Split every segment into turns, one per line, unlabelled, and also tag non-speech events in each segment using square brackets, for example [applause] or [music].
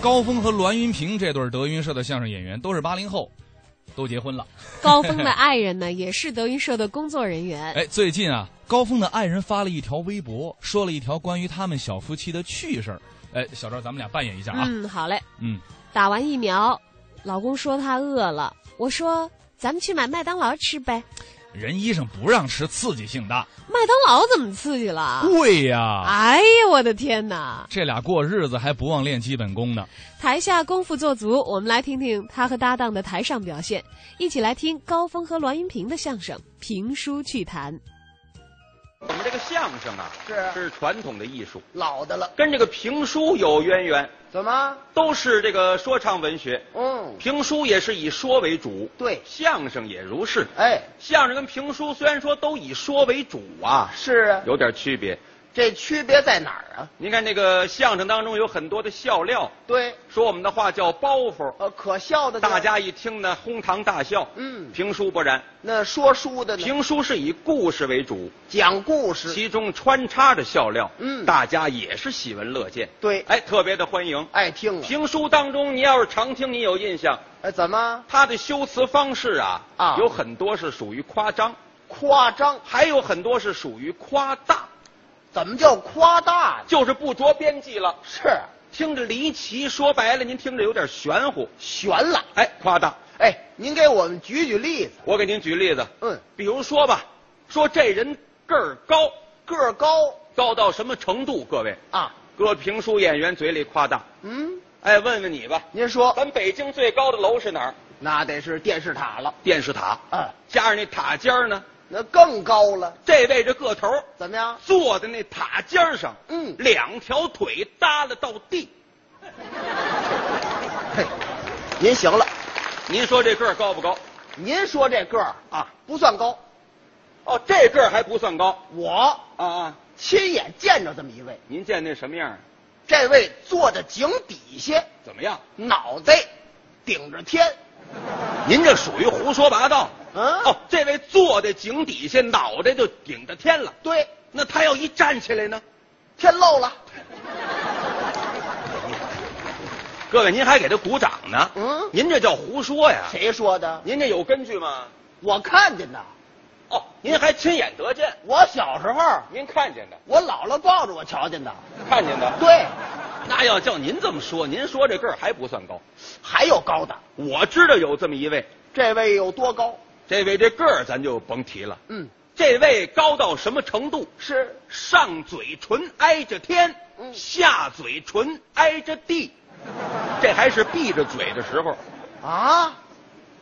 高峰和栾云平这对德云社的相声演员都是八零后，都结婚了。
高峰的爱人呢，也是德云社的工作人员。
哎，最近啊，高峰的爱人发了一条微博，说了一条关于他们小夫妻的趣事儿。哎，小赵，咱们俩扮演一下啊。
嗯，好嘞。
嗯，
打完疫苗，老公说他饿了，我说咱们去买麦当劳吃呗。
人医生不让吃刺激性的，
麦当劳怎么刺激了？
贵呀、
哎呀，我的天哪！
这俩过日子还不忘练基本功呢。
台下功夫做足，我们来听听他和搭档的台上表现，一起来听高峰和栾云平的相声《评书趣谈》。
我们这个相声啊，
是
是传统的艺术，
老的了，
跟这个评书有渊源，
怎么？
都是这个说唱文学。
嗯，
评书也是以说为主，
对，
相声也如是。
哎，
相声跟评书虽然说都以说为主啊，
是啊，
有点区别。
这区别在哪儿啊？
您看这个相声当中有很多的笑料，
对，
说我们的话叫包袱，
呃，可笑的地儿
大家一听呢哄堂大笑。
嗯
评书不然，
那说书的呢，
评书是以故事为主，
讲故事，
其中穿插着笑料，
嗯
大家也是喜闻乐见，
对
哎，特别的欢迎。
爱听啊。
评书当中，你要是常听，你有印象，
哎，怎么
他的修辞方式啊，
啊
有很多是属于夸张，
夸张？
还有很多是属于夸大，
怎么叫夸大呢？
就是不着边际了，
是啊
听着离奇，说白了，您听着有点玄乎，
悬了。
哎，夸大。
哎，您给我们举举例子。
我给您举例子，
嗯，
比如说吧，说这人个儿高，
个儿高
高到什么程度？各位，
啊，
搁评书演员嘴里夸大，
嗯，
哎，问问你吧，
您说
咱北京最高的楼是哪儿？
那得是电视塔了。
电视塔，
嗯，
加上那塔尖儿呢，
那更高了，
这位置个头儿
怎么样？
坐在那塔尖儿上，
嗯
两条腿耷拉到地。
嘿，您行了，
您说这个儿高不高？
您说这个儿啊不算高，
哦，这个儿还不算高
我
啊啊！
亲眼见着这么一位，
您见那什么样儿？
这位坐在井底下，
怎么样？
脑袋顶着天，
您这属于胡说八道。
嗯
哦，这位坐在井底下，脑袋就顶着天了。
对，
那他要一站起来呢？
天漏了，
各位，您还给他鼓掌呢。
嗯
您这叫胡说呀？？
谁说的？
您这有根据吗？
我看见的，
哦，您还亲眼得见，
我小时候，
您看见的，
我姥姥抱着我瞧见的，
看见 [laughs] 的。
对，
那要叫您这么说，您说这个儿还不算高。
还有高的，
我知道有这么一位，
这位有多高？
这位这个儿咱就甭提了。
嗯，
这位高到什么程度？
是
上嘴唇挨着天，
嗯
下嘴唇挨着地，这还是闭着嘴的时候。
啊，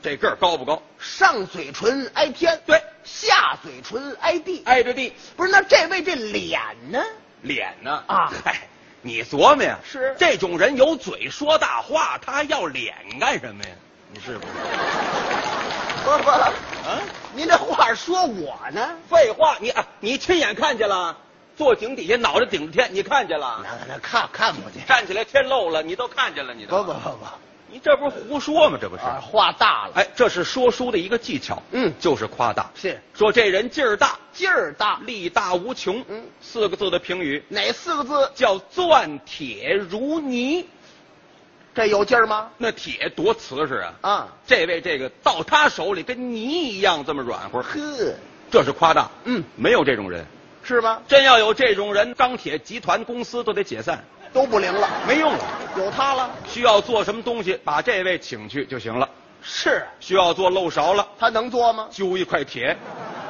这个儿高不高？
上嘴唇挨天，
对，
下嘴唇挨地，哎
挨着地。
不是？那这位这脸呢？
脸呢？
啊
[laughs] 嗨，你琢磨呀，
是
这种人有嘴说大话，他还要脸干什么呀？你是不是？
不是不是，
啊，
您这话说我呢？
废话，你啊，你亲眼看见了，坐井底下脑袋顶着天，你看见了，
那那看看不见，
站起来天漏了，你都看见了，你
不
都
不不不，
你这不是胡说吗？这不是？
啊，话大了，
哎，这是说书的一个技巧，
嗯
就是夸大，
是
说这人劲儿大，
劲儿大，
力大无穷，
嗯
四个字的评语
哪四个字？
叫钻铁如泥，
这有劲儿吗？
那铁多瓷实啊！
啊，
这位这个到他手里跟泥一样这么软和，
呵，
这是夸大，
嗯
没有这种人，
是吗？
真要有这种人，钢铁集团公司都得解散，
都不灵了，
没用了。
有他了，
需要做什么东西，把这位请去就行了。
是
需要做漏勺了。
他能做吗？
揪一块铁，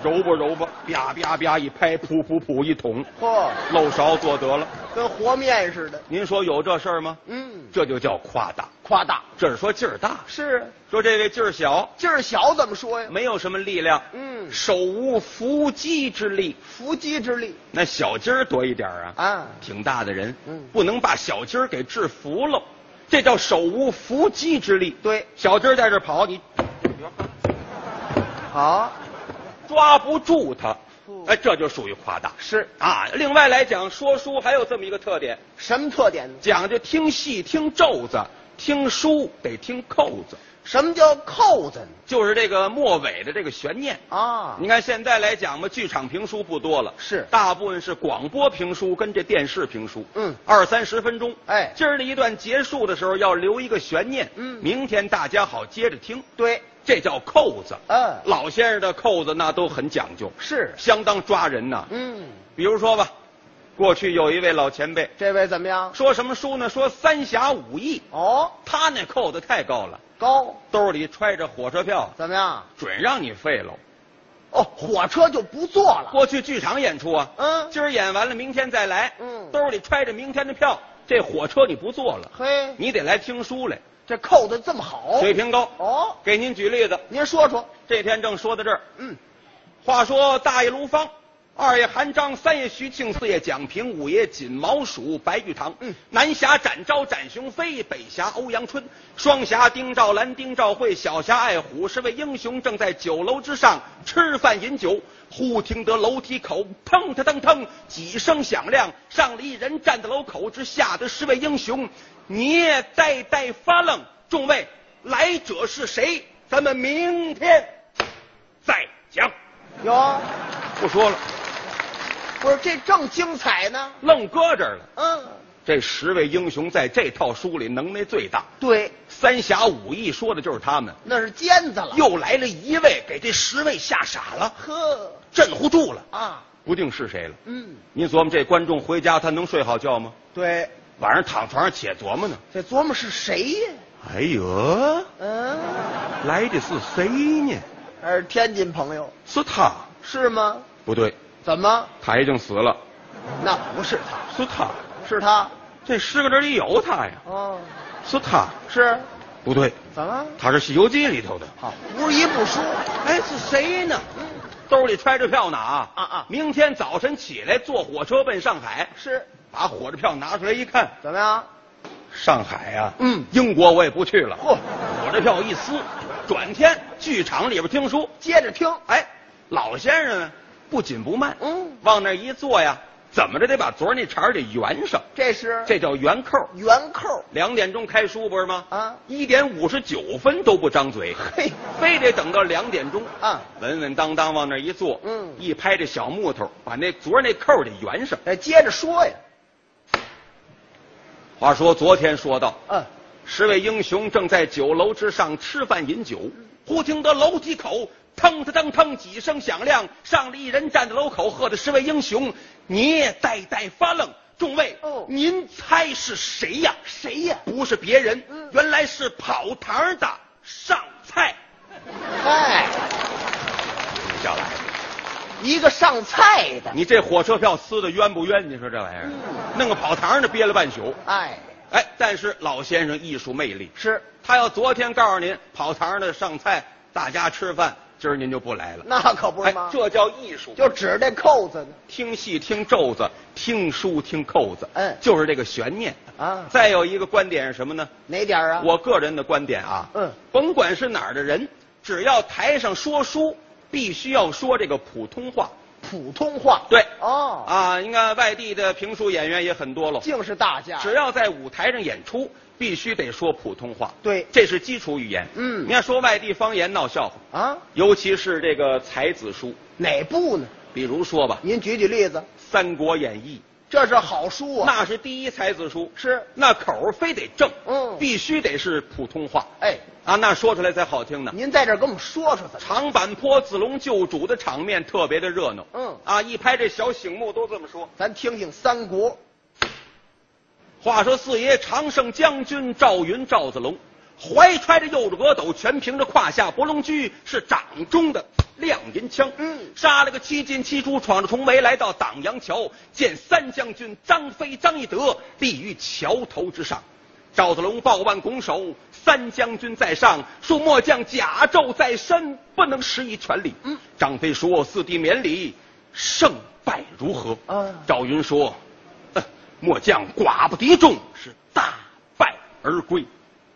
揉吧揉吧，啪啪啪一拍，噗噗噗一捅，
嚯，
漏勺做得了。
跟和面似的，
您说有这事儿吗？
嗯，
这就叫夸大，
夸大
这是说劲儿大。
是
说这位劲儿小，
劲儿小怎么说呀？
没有什么力量，
嗯，
手无缚鸡之力。
伏击之力
那小鸡儿多一点儿啊，
啊，
挺大的人，
嗯
不能把小鸡儿给制服了，这叫手无缚鸡之力。
对，
小鸡儿在这儿跑，你
好
抓不住它
嗯，
哎，这就属于夸大。
是
啊，另外来讲，说书还有这么一个特点，
什么特点呢？
讲究听戏、听咒子、听书得听扣子，
什么叫扣子呢？
就是这个末尾的这个悬念。
啊，
你看现在来讲嘛，剧场评书不多了，
是
大部分是广播评书跟这电视评书，
嗯
二三十分钟。
哎
今儿这一段结束的时候要留一个悬念，
嗯
明天大家好接着听，
对，
这叫扣子。
嗯，
老先生的扣子那都很讲究，
是，
相当抓人呐。
嗯，
比如说吧，过去有一位老前辈
这位怎么样？
说什么书呢？说《三侠五义》，
哦，
他那扣子太高了，
高，
兜里揣着火车票，
怎么样？
准让你废了。
哦，火车就不坐了。
过去剧场演出啊，
嗯，
今儿演完了，明天再来。
嗯
兜里揣着明天的票，这火车你不坐了，
嘿，
你得来听书来。
这扣的这么好。
水平高，
哦，
给您举例子，
您说说。
这天正说到这儿，
嗯，
话说大爷卢芳，二爷韩章，三爷徐庆，四爷蒋平，五爷锦毛鼠，白玉堂。
嗯
南侠展昭、展雄飞，北侠欧阳春，双侠丁兆兰、丁兆会，小侠爱虎是位英雄，正在酒楼之上吃饭饮酒。忽听得楼梯口砰嗒腾腾几声响亮，上了一人站在楼口，之吓得十位英雄也呆呆发愣。众位，来者是谁？咱们明天再讲。
哟，
不说了，
不是这正精彩呢。
愣搁这儿了。
嗯，
这十位英雄在这套书里能耐最大，
对，
三侠五义说的就是他们。
那是尖子了。
又来了一位，给这十位吓傻了，
呵
镇乎住了，
啊，
不定是谁了。
嗯，
您琢磨这观众回家他能睡好觉吗？
对，
晚上躺床上且琢磨呢。
这琢磨是谁呀？
哎呦，
嗯，
来的是谁呢？
还是天津朋友
是他？
是吗？
不对，
怎么？
他已经死了。
那不是他，
是他？
是他。
这十个人里有他呀？
哦，
是他？
是，
不对，
怎么？
他是《西游记》里头的。
好，不是一不说。嗯
哎，是谁呢？兜里揣着票呢啊
啊啊
明天早晨起来坐火车奔上海，
是，
把火车票拿出来一看，
怎么样？
上海啊，
嗯
英国我也不去了。
嚯
火车票一撕，转天剧场里边听书，
接着听。
哎，老先生呢不紧不慢，
嗯，
往那一坐呀，怎么着得把昨儿那茬儿得圆上，
这是
这叫圆扣。
圆扣
两点钟开书不是吗？
啊。
一点五十九分都不张
[laughs]
嘴，
嘿，
非得等到两点钟
啊，
稳稳当当往那儿一坐，
嗯
一拍这小木头，把那昨儿那扣儿得圆上。
哎，接着说呀。
话说昨天说到，
嗯，
十位英雄正在酒楼之上吃饭饮酒，忽听得楼梯口腾腾腾腾几声响亮，上了一人站在楼口，喝的十位英雄你呆呆发愣。众位，
哦
您猜是谁呀？
谁呀？
不是别人，
嗯
原来是跑堂的上菜。
嗨，
停下来，
一个上菜的。
你这火车票撕的冤不冤？你说这玩意儿，
嗯
弄个跑堂的憋了半宿。
哎，
哎，但是老先生艺术魅力，
是，
他要昨天告诉您跑堂的上菜，大家吃饭，今儿您就不来了。
那可不是
哎
吗？，
这叫艺术。
就指这扣子呢。
听戏、听咒子、听书、听扣子，
嗯
就是这个悬念。
啊，
再有一个观点是什么呢？
哪点儿啊？
我个人的观点啊，
嗯，
甭管是哪儿的人，只要台上说书，必须要说这个普通话。
普通话。
对，
哦，
啊，你看外地的评书演员也很多了，
竟是大家。
只要在舞台上演出，必须得说普通话，
对
这是基础语言。
嗯
你要说外地方言闹笑话，
啊，
尤其是这个才子书，
哪部呢？
比如说吧，《
您举举例子。
三国演义
这是好书》，啊。
那是第一才子书，
是，
那口儿非得正，
嗯
必须得是普通话
哎，
啊，那说出来才好听呢。
您在这儿给我们说说怎么？
长坂坡子龙救主的场面特别的热闹，
嗯
啊，一拍这小醒目都这么说。
咱听听三国。
话说四爷常胜将军赵云赵子龙，怀揣着右着额斗，全凭着胯下博龙驹，是掌中的亮银枪。
嗯
杀了个七进七出，闯着重围来到党阳桥，见三将军张飞、张翼德立于桥头之上。赵子龙抱腕拱手，三将军在上，恕末将甲胄在身，不能施以全力。
嗯
张飞说：“四弟免礼，胜败如何？”
啊
赵云说：“呃末将寡不敌众，是大败而归。”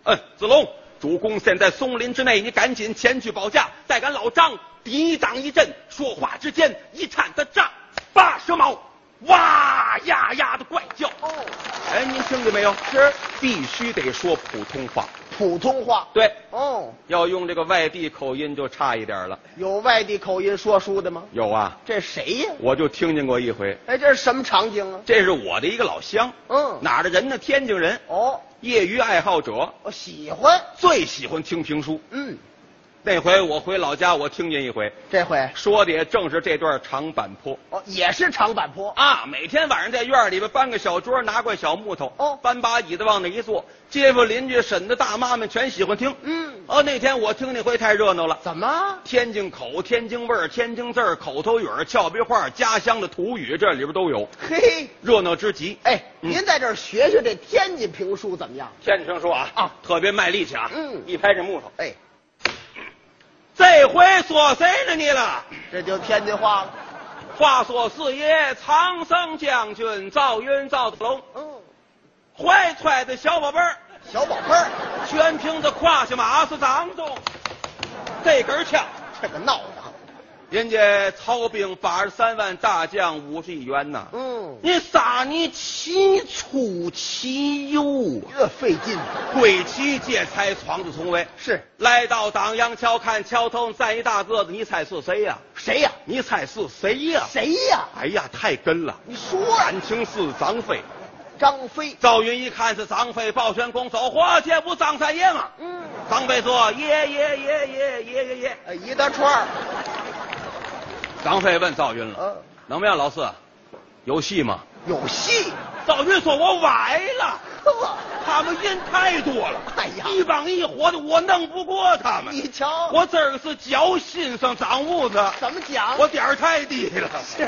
嗯，子龙，主公现在松林之内，你赶紧前去保驾，再赶老张抵挡一阵。说话之间，一铲子杖八蛇矛。哇呀呀的怪叫。
哦，
哎，您听见没有？
是
必须得说普通话。
普通话。
对，
哦，
要用这个外地口音就差一点了。
有外地口音说书的吗？
有啊，
这谁呀？
我就听见过一回。
哎，这是什么场景啊？
这是我的一个老乡，
嗯，
哪儿的人呢？天津人，
哦，
业余爱好者，
我喜欢。
最喜欢听评书。
嗯，
那回我回老家，我听见一回，
这回
说的也正是这段长坂坡
哦也是长坂坡。
啊。每天晚上在院里边搬个小桌，拿块小木头，
哦
搬把椅子往那一坐，街坊邻居、婶子、大妈们全喜欢听。
嗯，
哦，那天我听那回太热闹了。
怎么？
天津口、天津味儿、天津字儿、口头语儿、俏皮话儿、家乡的土语，这里边都有，
嘿，
热闹之极。
哎，
嗯
您在这儿学学这天津评书怎么样？
天津说啊
啊
特别卖力气啊，
嗯
一拍这木头，
哎，
这回说谁了你了？
这就天津话了。
话说四爷长生将军赵云赵子龙，
嗯，
怀揣的小宝贝儿，
小宝贝儿，
全凭着胯下马是掌中，这根枪，
这个闹的。
人家曹兵八十三万，大将五十一员呐。
嗯，
你杀你其出其右啊！
越费劲
鬼妻借财闯入重围，
是
来到党阳桥看桥头站一大个子，你猜是谁呀、
谁呀？
你猜是谁呀、
谁呀？
哎呀，太跟了！
你说呀
感情是张飞。
张飞。
赵云一看是张飞，抱拳拱手，活见不张三爷吗？
嗯，
张飞说：“爷爷爷爷爷爷爷。
哎一大串儿。”
张飞问赵云了
呃，：“
能不能老四，有戏吗
有戏。？”
赵云说：“我崴了。”
呵，
他们人太多了，
[laughs] 哎呀
一帮一伙的，我弄不过他们。
你瞧
我今儿个是脚心上长痦子，
怎么讲？
我点儿太低了。
是。